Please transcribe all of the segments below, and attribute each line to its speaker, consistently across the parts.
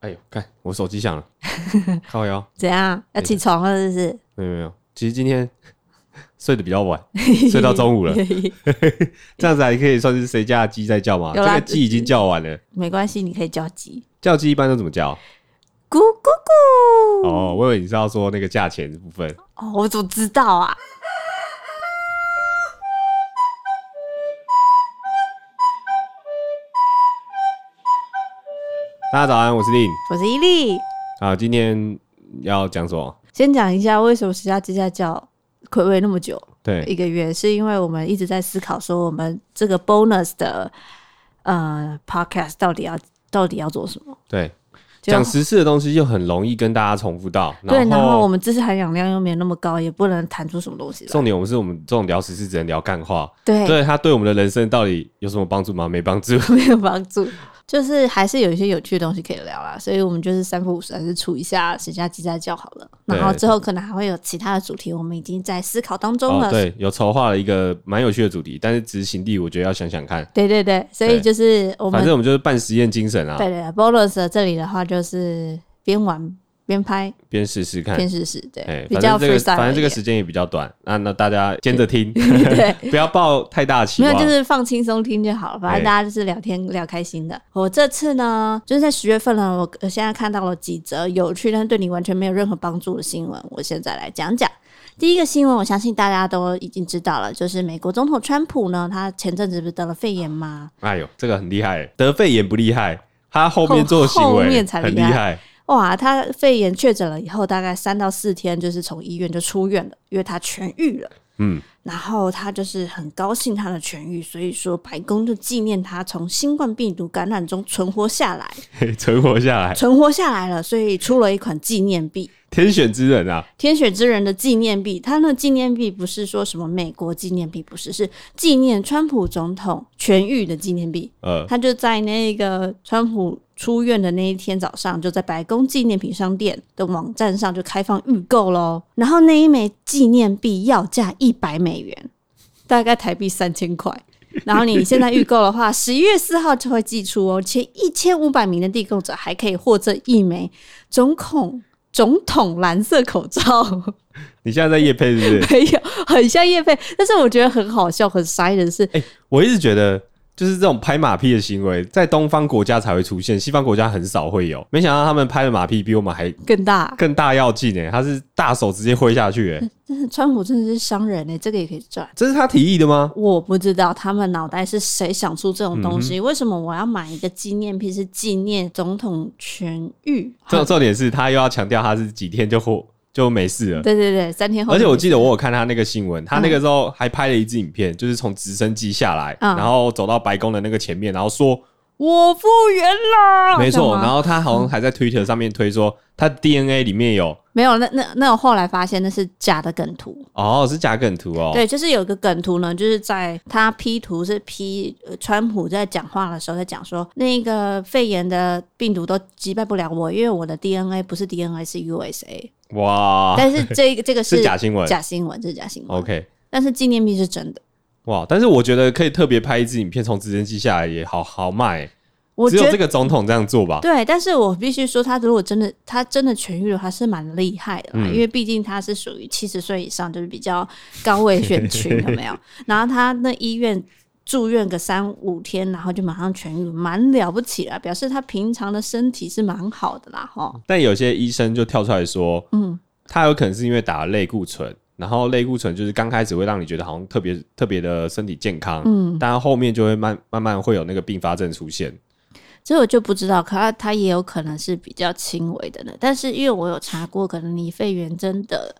Speaker 1: 哎呦，看我手机响了， 靠腰，
Speaker 2: 怎样？要起床了是不是？
Speaker 1: 没有没有，其实今天 睡得比较晚，睡到中午了，这样子还可以算是谁家的鸡在叫嘛？这
Speaker 2: 有啦
Speaker 1: 个鸡已经叫完了，
Speaker 2: 没关系，你可以叫鸡，
Speaker 1: 叫鸡一般都怎么叫？
Speaker 2: 咕咕咕。
Speaker 1: 哦，我以为你是要说那个价钱的部分，
Speaker 2: 哦，我怎么知道啊？
Speaker 1: 大家早安，我是令
Speaker 2: 我是伊利，
Speaker 1: 啊，今天要讲什么？
Speaker 2: 先讲一下为什么十家之家叫暌违那么久，
Speaker 1: 对，
Speaker 2: 一个月，是因为我们一直在思考说，我们这个 bonus 的呃 podcast 到底要到底要做什么？
Speaker 1: 对，
Speaker 2: 就
Speaker 1: 讲十次的东西就很容易跟大家重复到，
Speaker 2: 对，然后我
Speaker 1: 后
Speaker 2: 们知识含氧量又没有那么高，也不能谈出什么东西来。
Speaker 1: 重点我们是我们这种聊十次只能聊干话，
Speaker 2: 对，
Speaker 1: 对它对我们的人生到底有什么帮助吗？没帮助。
Speaker 2: 没有帮助。就是还是有一些有趣的东西可以聊啦，所以我们就是三不五时还是出一下十家鸡在叫好了。
Speaker 1: 对
Speaker 2: 然后之后可能还会有其他的主题，我们已经在思考当中了。
Speaker 1: 哦，对，有筹划了一个蛮有趣的主题，但是执行力我觉得要想想看。
Speaker 2: 对对对所以就是我们
Speaker 1: 反正我们就是办实验精神啊，
Speaker 2: 对对对 bonus 的这里的话就是边玩边拍
Speaker 1: 边试试看。
Speaker 2: 边试试，对，
Speaker 1: 哎，
Speaker 2: 比
Speaker 1: 反
Speaker 2: 较
Speaker 1: 正这个
Speaker 2: freestyle
Speaker 1: 反正这个
Speaker 2: 一点
Speaker 1: 时间也比较短，那那大家兼着听，
Speaker 2: 对。
Speaker 1: 不要抱太大期
Speaker 2: 没
Speaker 1: 望。
Speaker 2: 有，就是放轻松听就好了，反
Speaker 1: 哎
Speaker 2: 正大家就是聊天聊开心的。我这次呢，就是在十月份呢，我我现在看到了几则有趣但对你完全没有任何帮助的新闻，我现在来讲讲。第一个新闻，我相信大家都已经知道了，就是美国总统川普呢，他前阵子不是得了肺炎吗？
Speaker 1: 哎呦，这个很厉害，得肺炎不厉害，他后面做的行
Speaker 2: 后后
Speaker 1: 为
Speaker 2: 面才
Speaker 1: 很
Speaker 2: 厉
Speaker 1: 厉
Speaker 2: 害
Speaker 1: 害。
Speaker 2: 哇，他肺炎确诊了以后，大概三到四天，就是从医院就出院了，因为他痊愈了。
Speaker 1: 嗯，
Speaker 2: 然后他就是很高兴他的痊愈，所以说白宫就纪念他从新冠病毒感染中存活下来。
Speaker 1: 嘿 存活下来，
Speaker 2: 存活下来了，所以出了一款纪念币。
Speaker 1: 天选之人啊！
Speaker 2: 天选之人的纪念币，它那纪念币不是说什么美国纪念币，不是，是纪念川普总统痊愈的纪念币。
Speaker 1: 呃，
Speaker 2: 他就在那个川普出院的那一天早上，就在白宫纪念品商店的网站上就开放预购喽。然后那一枚纪念币要价一百美元，大概台币三千块。然后你现在预购的话， 十一月四号就会寄出哦。前一千五百名的订购者还可以获赠一枚总统总统蓝色口罩。
Speaker 1: 你现在在夜配是不是？
Speaker 2: 没有，很像叶佩，但是我觉得很好笑、很傻眼的是，
Speaker 1: 我一直觉得，就是这种拍马屁的行为，在东方国家才会出现，西方国家很少会有。没想到他们拍的马屁比我们还
Speaker 2: 更大。
Speaker 1: 更大要劲哎、他是大手直接挥下去哎、
Speaker 2: 但是川普真的是商人呢、欸这个也可以赚。
Speaker 1: 这是他提议的吗？
Speaker 2: 我不知道他们脑袋是谁想出这种东
Speaker 1: 嗯
Speaker 2: 西，为什么我要买一个纪念品是纪念总统痊愈？
Speaker 1: 重重点是他又要强调他是几天就活就没事了。
Speaker 2: 对对对，三天后。
Speaker 1: 而且我记得我有看他那个新闻，他那个时候还拍了一支影片，就是从直升机下来，
Speaker 2: 嗯
Speaker 1: 然后走到白宫的那个前面，然后说
Speaker 2: 我复原了，
Speaker 1: 没错，
Speaker 2: 干嘛
Speaker 1: 然后他好像还在 Twitter 上面推说他 DNA 里面有
Speaker 2: 没有那那那我后来发现那是假的梗图。
Speaker 1: 哦是假梗图哦，
Speaker 2: 对，就是有一个梗图呢，就是在他 P 图是 P 呃川普在讲话的时候，在讲说那个肺炎的病毒都击败不了我，因为我的 DNA 不是 DNA 是 USA，、
Speaker 1: 哇
Speaker 2: 但是这个这个
Speaker 1: 啊 是假新闻
Speaker 2: 假新闻，这是假新闻。
Speaker 1: ，OK
Speaker 2: 但是纪念币是真的，
Speaker 1: 哇，但是我觉得可以特别拍一支影片从直升机下来也好好卖欸，
Speaker 2: 我
Speaker 1: 只
Speaker 2: 觉
Speaker 1: 有
Speaker 2: 得
Speaker 1: 这个总统这样做吧，
Speaker 2: 对，但是我必须说，他如果真的他真的痊愈了，还是蛮厉害的啦，
Speaker 1: 嗯
Speaker 2: 因为毕竟他是属于七十岁以上，就是比较高位选群，有没 有？然后他那医院住院个三五天，然后就马上痊愈，蛮了不起了，表示他平常的身体是蛮好的啦，哈。
Speaker 1: 但有些医生就跳出来说，
Speaker 2: 嗯，
Speaker 1: 他有可能是因为打了类固醇，然后类固醇就是刚开始会让你觉得好像特别特别的身体健康，嗯，但后面就会慢慢慢会有那个并发症出现。
Speaker 2: 这我就不知道，可他他也有可能是比较轻微的呢。但是因为我有查过，可能你肺炎真的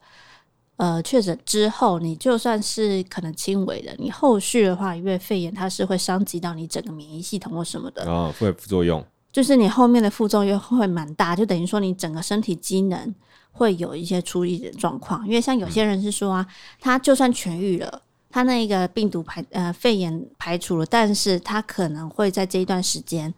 Speaker 2: 呃确诊之后，你就算是可能轻微的，你后续的话，因为肺炎它是会伤及到你整个免疫系统或什么的，
Speaker 1: 然后会有副作用，
Speaker 2: 就是你后面的副作用会蛮大，就等于说你整个身体机能会有一些出一点状况。因为像有些人是说啊，他就算痊愈了。他那个病毒排呃肺炎排除了，但是他可能会在这一段时间，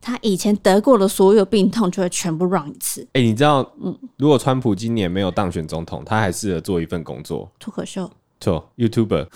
Speaker 2: 他以前得过的所有病痛就会全部 run 一次。
Speaker 1: 哎、你知道，
Speaker 2: 嗯
Speaker 1: 如果川普今年没有当选总统，他还适合做一份工作，
Speaker 2: 脱口秀，
Speaker 1: 做 YouTuber，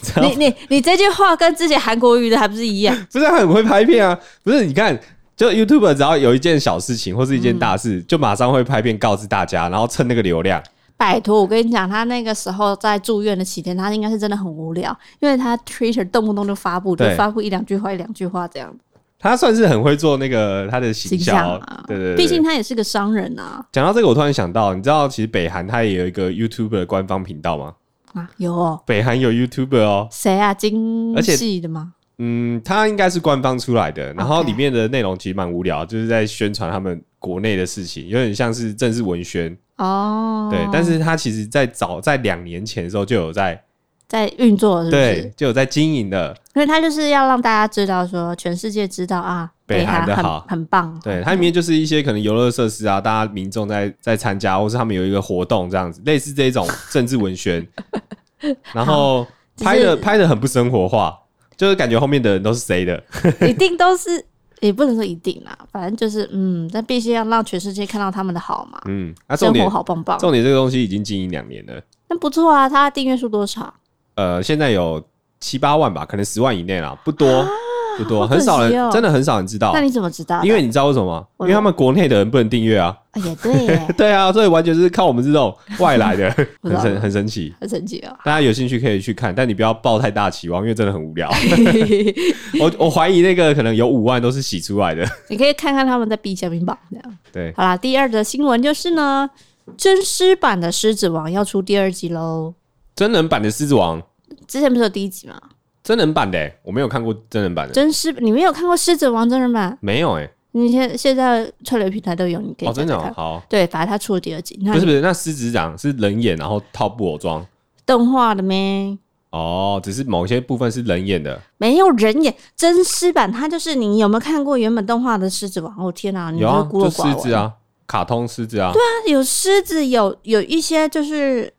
Speaker 1: 这
Speaker 2: 你
Speaker 1: 样
Speaker 2: 你你这句话跟之前韩国瑜的还不是一样？
Speaker 1: 不是他很会拍片啊？不是，你看就 YouTube 只要有一件小事情或是一件大
Speaker 2: 嗯
Speaker 1: 事，就马上会拍片告知大家，然后蹭那个流量。
Speaker 2: 拜托，我跟你讲，他那个时候在住院的期间，他应该是真的很无聊，因为他 Twitter 动不动就发布，就
Speaker 1: 对
Speaker 2: 发布一两句话，一两句话这样。
Speaker 1: 他算是很会做那个他的行
Speaker 2: 形
Speaker 1: 销，
Speaker 2: 象啊，
Speaker 1: 对对对。
Speaker 2: 毕竟他也是个商人啊
Speaker 1: 讲到这个，我突然想到，你知道其实北韩它也有一个 YouTube 的官方频道吗？
Speaker 2: 啊，有哦，
Speaker 1: 北韩有 YouTube 哦，
Speaker 2: 谁啊？精
Speaker 1: 而且
Speaker 2: 细的吗？
Speaker 1: 嗯，它应该是官方出来的，然后
Speaker 2: OK
Speaker 1: 里面的内容其实蛮无聊，就是在宣传他们国内的事情，有点像是正式文宣，
Speaker 2: 哦，
Speaker 1: 对。但是它其实在早在两年前的时候就有在
Speaker 2: 在运作是不是？
Speaker 1: 对就有在经营的，
Speaker 2: 因为他就是要让大家知道说，全世界知道啊，
Speaker 1: 北韩
Speaker 2: 韩
Speaker 1: 的
Speaker 2: 很
Speaker 1: 好
Speaker 2: 很棒，
Speaker 1: 对，它里面就是一些可能游乐设施啊，大家民众在在参加，或是他们有一个活动这样子，类似这 种政治文宣，然后
Speaker 2: 只
Speaker 1: 拍的
Speaker 2: 是
Speaker 1: 拍的很不生活化，就是感觉后面的人都是谁的，
Speaker 2: 一定都是。也不能说一定啦，反正就是嗯，但必须要让全世界看到他们的好嘛，
Speaker 1: 嗯，那、重
Speaker 2: 生活
Speaker 1: 点
Speaker 2: 好棒棒，
Speaker 1: 重点这个东西已经经营两年了，
Speaker 2: 那不错啊。他订阅数多少？
Speaker 1: 呃，现在有七八万吧，可能十万以内啦，不多、不多，
Speaker 2: 啊好
Speaker 1: 很
Speaker 2: 可
Speaker 1: 少人、
Speaker 2: 惜哦
Speaker 1: 真的很少人知道
Speaker 2: 那，你怎么知道的？
Speaker 1: 因为你知道为什么吗？因
Speaker 2: 我
Speaker 1: 为他们国内的人不能订阅啊，，
Speaker 2: 哎也对耶
Speaker 1: 对啊，所以完全是靠我们这种外来 的，
Speaker 2: 不
Speaker 1: 很
Speaker 2: 知道
Speaker 1: 神很神奇。
Speaker 2: 很神奇哦。
Speaker 1: 大家有兴趣可以去看，但你不要抱太大期望，因为真的很无聊。我我怀疑那个可能有五万都是洗出来的。
Speaker 2: 你可以看看他们在 B 排名榜这样。
Speaker 1: 对，
Speaker 2: 好啦，第二则新闻就是呢，真狮版的《狮子王》要出第二集喽。
Speaker 1: 真人版的《狮子王》，
Speaker 2: 之前不是有第一集吗？
Speaker 1: 真人版的、欸，我没有看过真人版的，
Speaker 2: 真狮，你没有看过《狮子王》真人版？
Speaker 1: 没有哎、
Speaker 2: 你现现在串流平台都有，你可以
Speaker 1: 哦，真的、
Speaker 2: 找找
Speaker 1: 哦、
Speaker 2: 看
Speaker 1: 好，
Speaker 2: 对，反正他出了第二集，那
Speaker 1: 不是不
Speaker 2: 你
Speaker 1: 是，那狮子长是人演，然后套布偶装。
Speaker 2: 动画的咩？
Speaker 1: 哦，只是某些部分是人演的，
Speaker 2: 没有人演真狮版，它就是你有没有看过原本动画的《狮子王》？哦天哪，你
Speaker 1: 有
Speaker 2: 这
Speaker 1: 啊
Speaker 2: 个，孤
Speaker 1: 就
Speaker 2: 陋寡
Speaker 1: 狮
Speaker 2: 闻。
Speaker 1: 子啊，卡通狮子啊，对啊，
Speaker 2: 它有狮子，有有一些就是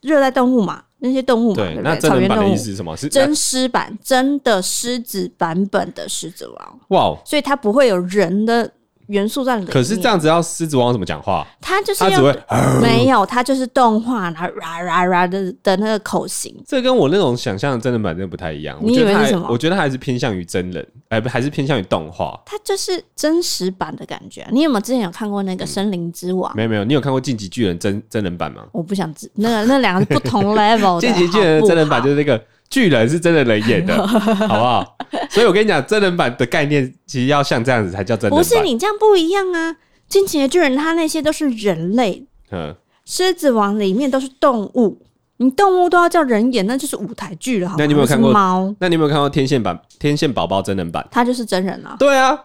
Speaker 2: 热带动物嘛，那些动物嘛，对不
Speaker 1: 那
Speaker 2: 对？
Speaker 1: 真
Speaker 2: 草
Speaker 1: 人
Speaker 2: 原
Speaker 1: 版的
Speaker 2: 动
Speaker 1: 意
Speaker 2: 物
Speaker 1: 思。是什么？是
Speaker 2: 真狮版，真的狮子版本的《狮子王》，
Speaker 1: 哇哦，
Speaker 2: 所以它不会有人的元素在里面。
Speaker 1: 可是这，样子要狮子王怎么讲话？
Speaker 2: 它就是
Speaker 1: 他只
Speaker 2: 要
Speaker 1: 会，
Speaker 2: 没有，它就是动画，然后啦啦啦的的那个口型。
Speaker 1: 这跟我那种想象的真人版真的不太一样。我
Speaker 2: 你
Speaker 1: 觉
Speaker 2: 以
Speaker 1: 得
Speaker 2: 为
Speaker 1: 它
Speaker 2: 是
Speaker 1: 还
Speaker 2: 什么
Speaker 1: 我觉得它还是偏向于真人，哎、不还是偏向于动画。
Speaker 2: 它就是真实版的感觉、啊你有没有之前有看过那个《森林之王》
Speaker 1: 嗯没有没有，你有看过《进击巨人真》真人版吗？
Speaker 2: 我不想知那个那两个是不 同 level
Speaker 1: 《
Speaker 2: 的。
Speaker 1: 进击巨人》的真人版
Speaker 2: 哦好不
Speaker 1: 就是那个巨人是真的人演 的，好不好？所以我跟你讲，真人版的概念其实要像这样子才叫真人
Speaker 2: 好不
Speaker 1: 版。
Speaker 2: 是你这样不一样啊！《进击的巨人》它那些都是人类，《
Speaker 1: 嗯，
Speaker 2: 狮子王》里面都是动物，你动物都要叫人演，那就是舞台剧了，好吗？
Speaker 1: 那你有没有看过
Speaker 2: 那是猫？
Speaker 1: 那你有没有看过天线版《天线宝宝》真人版？
Speaker 2: 它就是真人啊。
Speaker 1: 对啊，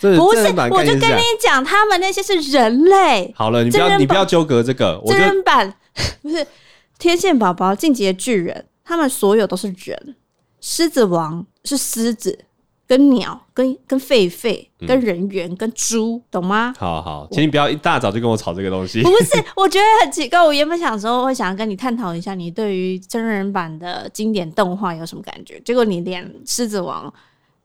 Speaker 1: 这
Speaker 2: 不
Speaker 1: 真
Speaker 2: 是，
Speaker 1: 人版
Speaker 2: 我
Speaker 1: 概
Speaker 2: 就
Speaker 1: 念
Speaker 2: 跟
Speaker 1: 是这
Speaker 2: 你
Speaker 1: 样。
Speaker 2: 讲，他们那些是人类
Speaker 1: 好了，你不
Speaker 2: 真人
Speaker 1: 要
Speaker 2: 版
Speaker 1: 你不要纠葛这个，我
Speaker 2: 真
Speaker 1: 就
Speaker 2: 人版， 不是天线宝宝、进阶巨人，他们所有都是人。狮子王是狮子，跟鸟，跟跟狒狒，
Speaker 1: 嗯
Speaker 2: 跟人猿，跟猪，懂吗？
Speaker 1: 好好，请你不要一大早就跟我吵这个东西
Speaker 2: 不。 是，我觉得很奇怪。我原本想说，我想要跟你探讨一下，你对于真人版的经典动画有什么感觉？结果你连《狮子王》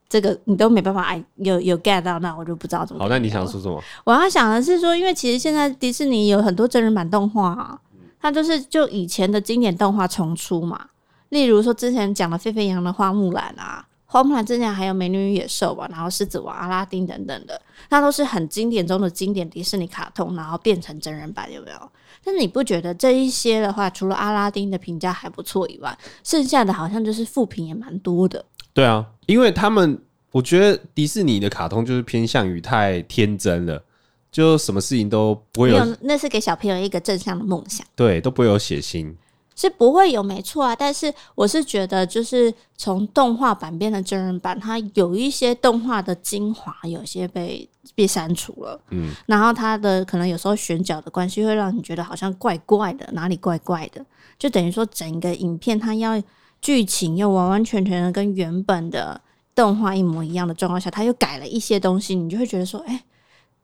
Speaker 2: 这个你都没办法哎有有 get 到，那我就不知道怎么。
Speaker 1: 好，那你想说什么？
Speaker 2: 我要想的是说，因为其实现在迪士尼有很多真人版动画、啊，它就是就以前的经典动画重出嘛。例如说之前讲的沸沸扬扬的花木兰啊，花木兰之前还有美女与野兽吧，然后狮子王、阿拉丁等等的，那都是很经典中的经典迪士尼卡通，然后变成真人版，有没有？但是你不觉得这一些的话，除了阿拉丁的评价还不错以外，剩下的好像就是负评也蛮多的。
Speaker 1: 对啊，因为他们，我觉得迪士尼的卡通就是偏向于太天真了，就什么事情都不会
Speaker 2: 没
Speaker 1: 有，
Speaker 2: 有，那是给小朋友一个正向的梦想。
Speaker 1: 对，都不会有血腥。
Speaker 2: 是不会有没错啊，但是我是觉得，就是从动画版变成真人版，它有一些动画的精华，有些被被删除了，
Speaker 1: 嗯，
Speaker 2: 然后它的可能有时候选角的关系，会让你觉得好像怪怪的，哪里怪怪的，就等于说整个影片它要剧情又完完全全的跟原本的动画一模一样的状况下，它又改了一些东西，你就会觉得说，哎、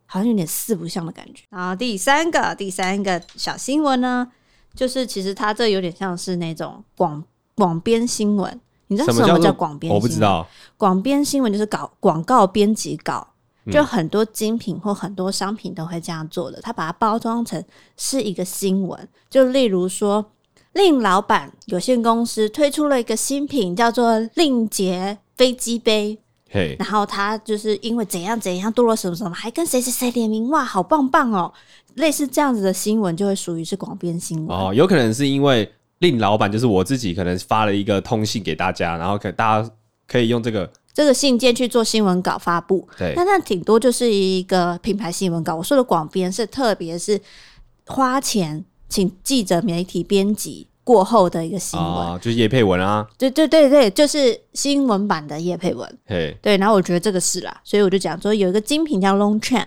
Speaker 2: 好像有点四不像的感觉。然后第三个，第三个小新闻呢，就是其实它这有点像是那种广广编新闻，你知道
Speaker 1: 么
Speaker 2: 什么
Speaker 1: 做
Speaker 2: 叫广编？
Speaker 1: 我不知。道。
Speaker 2: 广编新闻就是搞广告编辑稿，
Speaker 1: 嗯
Speaker 2: 就很多精品或很多商品都会这样做的，它把它包装成是一个新闻，就例如说。令老板有限公司推出了一个新品，叫做令杰飞机杯。
Speaker 1: 嘿，
Speaker 2: 然后他就是因为怎样怎样堕落什么什么，还跟谁谁谁联名，哇，好棒棒哦！类似这样子的新闻就会属于是广编新闻。
Speaker 1: 哦，有可能是因为令老板就是我自己，可能发了一个通信给大家，然后可大家可以用这个
Speaker 2: 这个信件去做新闻稿发布，
Speaker 1: 对
Speaker 2: 那那顶多就是一个品牌新闻稿。我说的广编是特别是花钱请记者、媒体编辑过后的一个新闻，
Speaker 1: 哦，就是叶佩文啊，
Speaker 2: 对对对对，就是新闻版的叶佩文。
Speaker 1: 嘿，
Speaker 2: 对，然后我觉得这个是啦，所以我就讲说有一个精品叫 Long Champ，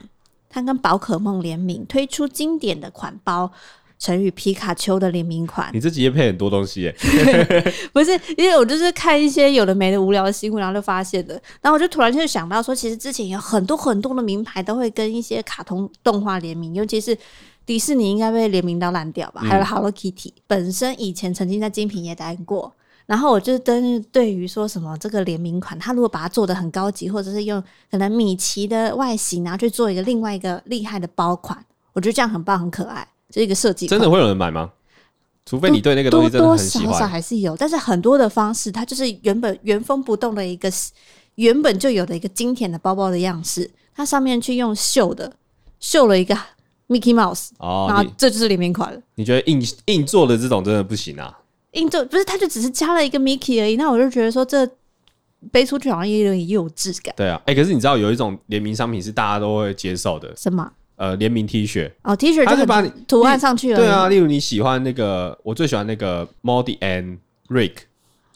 Speaker 2: 它跟宝可梦联名推出经典的款包。成语皮卡丘的联名款
Speaker 1: 你自己叶配很多东西耶，
Speaker 2: 不是，因为我就是看一些有的没的无聊的新闻，然后就发现的，然后我就突然就想到说，其实之前有很多很多的名牌都会跟一些卡通动画联名，尤其是迪士尼应该被联名到烂掉
Speaker 1: 嗯
Speaker 2: 吧，还有 Hello Kitty 本身以前曾经在精品也待过。然后我就跟对于说什么这个联名款，它如果把它做的很高级，或者是用可能米奇的外形，然后去做一个另外一个厉害的包款，我觉得这样很棒，很可爱，这是一个设计款
Speaker 1: 真的会有人买吗？除非你对那个东
Speaker 2: 多
Speaker 1: 西真的
Speaker 2: 多
Speaker 1: 很喜
Speaker 2: 少少
Speaker 1: 欢，
Speaker 2: 还是有，但是很多的方式，它就是原本原封不动的一个原本就有的一个经典的包包的样式，它上面去用绣的绣了一个 Mickey Mouse，、然
Speaker 1: 哦，
Speaker 2: 后
Speaker 1: 你
Speaker 2: 这就是联名款了。
Speaker 1: 你觉得硬硬做的这种真的不行啊？
Speaker 2: 印就不是，它就只是加了一个 Mickey 而已。那我就觉得说这背出去好像也有点幼稚感，
Speaker 1: 对啊，哎、可是你知道有一种联名商品是大家都会接受的，
Speaker 2: 什么？
Speaker 1: 呃，联名 T 恤，
Speaker 2: 哦，T 恤
Speaker 1: 它是
Speaker 2: 就
Speaker 1: 把
Speaker 2: 很
Speaker 1: 你
Speaker 2: 图案上去了。
Speaker 1: 对啊，例如你喜欢那个，我最喜欢那个 Modi and Rick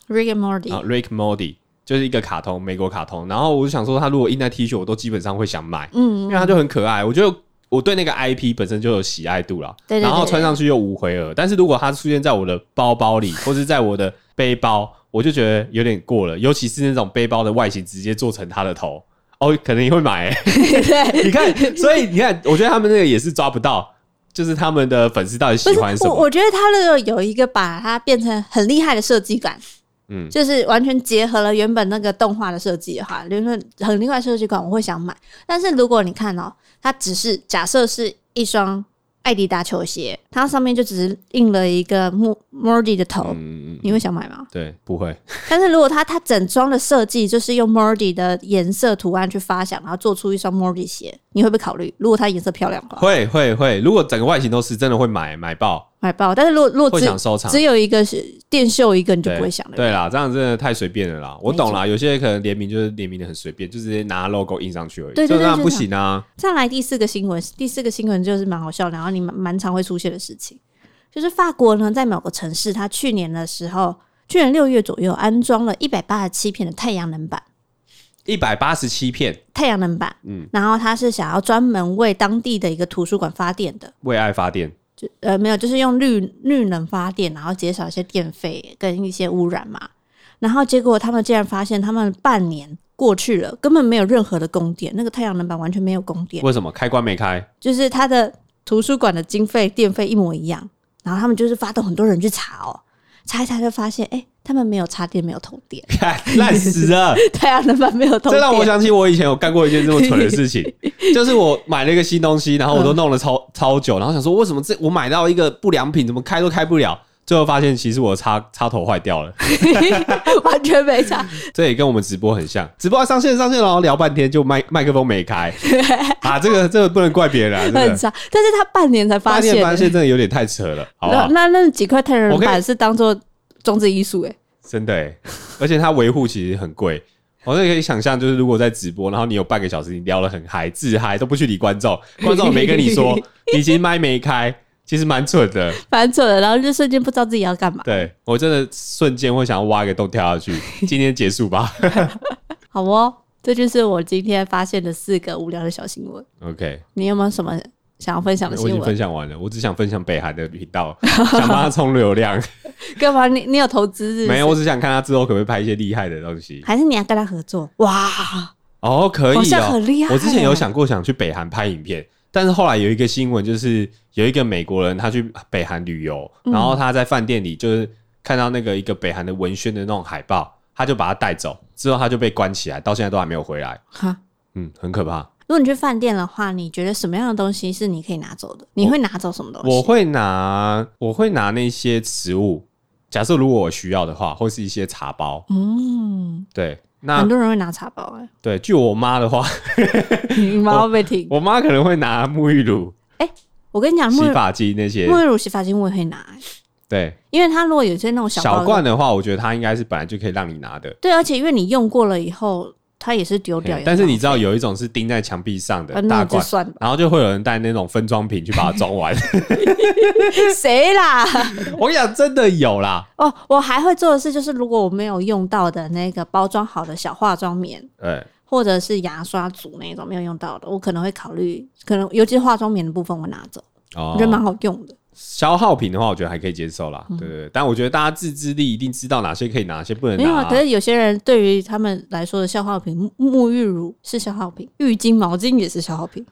Speaker 2: ，Rick and Morty，、
Speaker 1: 啊，Rick Modi 就是一个卡通，美国卡通。然后我就想说，他如果印在 T 恤，我都基本上会想买，因
Speaker 2: 嗯，
Speaker 1: 为他就很可爱。我觉得我对那个 IP 本身就有喜爱度啦，
Speaker 2: 对对对
Speaker 1: 然后穿上去又无回耳。但是如果它出现在我的包包里，或是在我的背包，我就觉得有点过了，尤其是那种背包的外形直接做成他的头。哦，可能也会买、欸，
Speaker 2: 对。
Speaker 1: 你看，所以你看，我觉得他们那个也是抓不到，就是他们的粉丝到底
Speaker 2: 不
Speaker 1: 喜
Speaker 2: 是
Speaker 1: 欢什么
Speaker 2: 我，。我觉得他那个有一个把它变成很厉害的设计感，
Speaker 1: 嗯
Speaker 2: 就是完全结合了原本那个动画的设计的话，就是很另外设计感，我会想买。但是如果你看哦，它只是假设是一双艾迪达球鞋，它上面就只是印了一个 Mo Mordy 的头，
Speaker 1: 嗯，嗯嗯，
Speaker 2: 你会想买吗？
Speaker 1: 对，不会，
Speaker 2: 但是如果它它整装的设计就是用 Mordy 的颜色图案去发想，然后做出一双 Mordy 鞋，你会不会考虑？如果它颜色漂亮的话，
Speaker 1: 会会会。如果整个外形都是，真的会买买爆，
Speaker 2: 买爆。但是如果如果
Speaker 1: 会
Speaker 2: 只
Speaker 1: 想收藏。
Speaker 2: 只有一个是电绣一个，你就
Speaker 1: 对
Speaker 2: 不会想了。
Speaker 1: 对啦，这样真的太随便了啦。我懂啦，有些可能联名就是联名的很随便，就直接拿 logo 印上去而已，
Speaker 2: 对对对
Speaker 1: 这当然
Speaker 2: 就
Speaker 1: 不
Speaker 2: 这样
Speaker 1: 行啊。
Speaker 2: 再来第四个新闻，第四个新闻就是蛮好笑，然后你蛮蛮常会出现的事情，就是法国呢在某个城市，它去年的时候，去年六月左右安装了一百八十七片的太阳能板，
Speaker 1: 一百八十七片
Speaker 2: 太阳能板，嗯，然后它是想要专门为当地的一个图书馆发电的，
Speaker 1: 为爱发电，
Speaker 2: 就呃没有，就是用绿绿能发电，然后减少一些电费跟一些污染嘛。然后结果他们竟然发现，他们半年过去了，根本没有任何的供电，那个太阳能板完全没有供电，
Speaker 1: 为什么开关没开？
Speaker 2: 就是它的图书馆的经费电费一模一样。然后他们就是发动很多人去查哦，查一查就发现，哎、他们没有插电，没有通电，
Speaker 1: 看烂死了！
Speaker 2: 太阳能板没有通
Speaker 1: 这
Speaker 2: 电。
Speaker 1: 让我想起我以前有干过一件这么蠢的事 情，就是我买了一个新东西，然后我都
Speaker 2: 嗯
Speaker 1: 弄了超、超久，然后想说为什么这我买到一个不良品，怎么开都开不了，最后发现其实我插插头坏掉了。
Speaker 2: 完全没插，
Speaker 1: 这也跟我们直播很像，直播上线上线，然后聊半天就麦麦克风没开 啊，这个这个不能怪别人啊，这
Speaker 2: 很
Speaker 1: 个
Speaker 2: 差。但是他半年才发
Speaker 1: 发
Speaker 2: 现
Speaker 1: 现发
Speaker 2: 欸，
Speaker 1: 现真的有点太扯了，好不啊
Speaker 2: 那
Speaker 1: 好？
Speaker 2: 那那几块太阳
Speaker 1: 我
Speaker 2: 能
Speaker 1: 可以
Speaker 2: 板是当做装置艺术哎。
Speaker 1: 真的、欸，而且它维护其实很贵。我也可以想象，就是如果在直播，然后你有半个小时，你聊得很嗨，自嗨都不去理观 众，观众也没跟你说，你其实麦没开，其实蛮蠢的。
Speaker 2: 反正了，然后就瞬间不知道自己要干嘛。
Speaker 1: 对我真的瞬间会想要挖一个洞跳下 去。今天结束吧。
Speaker 2: 好哦，这就是我今天发现的四个无聊的小新闻。
Speaker 1: OK，
Speaker 2: 你有没有什么想要分享的
Speaker 1: 我已
Speaker 2: 新
Speaker 1: 经分
Speaker 2: 闻？
Speaker 1: 享完了，我只想分享北韩的频道，想帮他冲流 量。
Speaker 2: 干嘛？你你有投资是不是
Speaker 1: 没有，，我只想看他之后可不可以拍一些厉害的东西。
Speaker 2: 还是你要跟他合作？哇，
Speaker 1: 哦，可以、哦，
Speaker 2: 好像很厉害
Speaker 1: 我之前有想过想去北韩拍影片，但是后来有一个新闻，就是有一个美国人他去北韩旅游，然
Speaker 2: 嗯
Speaker 1: 后他在饭店里就是看到那个一个北韩的文宣的那种海报，他就把它带走，之后他就被关起来，到现在都还没有回来。
Speaker 2: 哈！
Speaker 1: 嗯，很可怕。
Speaker 2: 如果你去饭店的话，你觉得什么样的东西是你可以拿走的？你会拿走什么东西？
Speaker 1: 我会拿我会拿那些食物，假设如果我需要的话，或是一些茶包，
Speaker 2: 嗯，
Speaker 1: 对，那
Speaker 2: 很多人会拿茶包哎、
Speaker 1: 对，据我妈的 话，
Speaker 2: 你妈会被停。
Speaker 1: 我妈可能会拿沐浴乳、
Speaker 2: 我跟你讲，沐
Speaker 1: 洗
Speaker 2: 浴
Speaker 1: 发精那些。
Speaker 2: 沐浴乳、洗发精我也会拿、欸，
Speaker 1: 对，
Speaker 2: 因为它如果有些那种小包
Speaker 1: 小
Speaker 2: 的
Speaker 1: 罐的话，我觉得它应该是本来就可以让你拿的。
Speaker 2: 对，而且因为你用过了以后，它也是丢掉
Speaker 1: 嘿
Speaker 2: 也很浪费。
Speaker 1: 但是你知道有一种是钉在墙壁上
Speaker 2: 啊
Speaker 1: 的
Speaker 2: 那
Speaker 1: 大
Speaker 2: 我就
Speaker 1: 罐，
Speaker 2: 算吧，
Speaker 1: 然后就会有人带那种分装瓶去把它装完。
Speaker 2: 谁啦？
Speaker 1: 我跟你讲，真的有啦。
Speaker 2: 哦，我还会做的事就是，如果我没有用到的那个包装好的小化妆棉，
Speaker 1: 对，
Speaker 2: 或者是牙刷组那种没有用到的，我可能会考虑，可能尤其是化妆棉的部分我拿走，我
Speaker 1: 哦
Speaker 2: 觉得蛮好用的。
Speaker 1: 消耗品的话，我觉得还可以接受
Speaker 2: 嗯
Speaker 1: 啦。对对对，但我觉得大家自制力一定知道哪些可以拿，哪些不能
Speaker 2: 没有啊，
Speaker 1: 拿
Speaker 2: 可。是有些人对于他们来说的消耗品，沐沐浴乳是消耗品，浴巾、毛巾也是消耗品，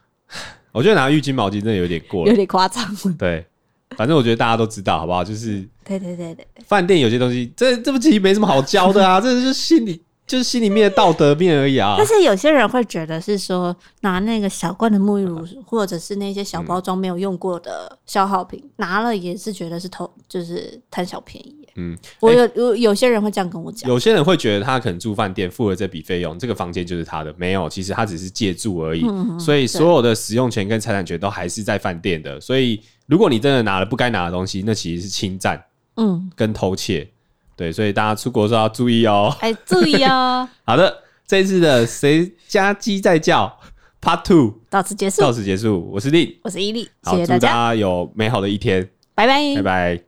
Speaker 1: 我觉得拿浴巾、毛巾真的有点过
Speaker 2: 有
Speaker 1: 了。
Speaker 2: 点夸张。
Speaker 1: 对，反正我觉得大家都知道，好不好？就是
Speaker 2: 对对对对，
Speaker 1: 饭店有些东西，这这不其实没什么好教的啊，这就是心里就是心里面的道德面而已啊
Speaker 2: 但。是有些人会觉得是说拿那个小罐的沐浴乳，
Speaker 1: 嗯
Speaker 2: 或者是那些小包装没有用过的消耗品，拿了也是觉得是偷，就是贪小便宜。
Speaker 1: 嗯，
Speaker 2: 我有有有些人会这样跟我讲，
Speaker 1: 有些人会觉得他可能住饭店付了这笔费用，这个房间就是他的，没有，其实他只是借住而已。
Speaker 2: 嗯嗯
Speaker 1: 所以所有的使用权跟财产权都还是在饭店的。所以如果你真的拿了不该拿的东西，那其实是侵占
Speaker 2: 嗯，
Speaker 1: 跟偷窃。对，所以大家出国的时候要注意哦。
Speaker 2: 哎，注意 哦，
Speaker 1: 好的，这一次的谁家鸡在叫 Part Two
Speaker 2: 到此结束
Speaker 1: 到，此结束，我是令，
Speaker 2: 我是伊利，
Speaker 1: 好，
Speaker 2: 谢谢
Speaker 1: 祝
Speaker 2: 大
Speaker 1: 大
Speaker 2: 家，嗯
Speaker 1: 家有美好的一天，
Speaker 2: 拜拜，
Speaker 1: 拜拜。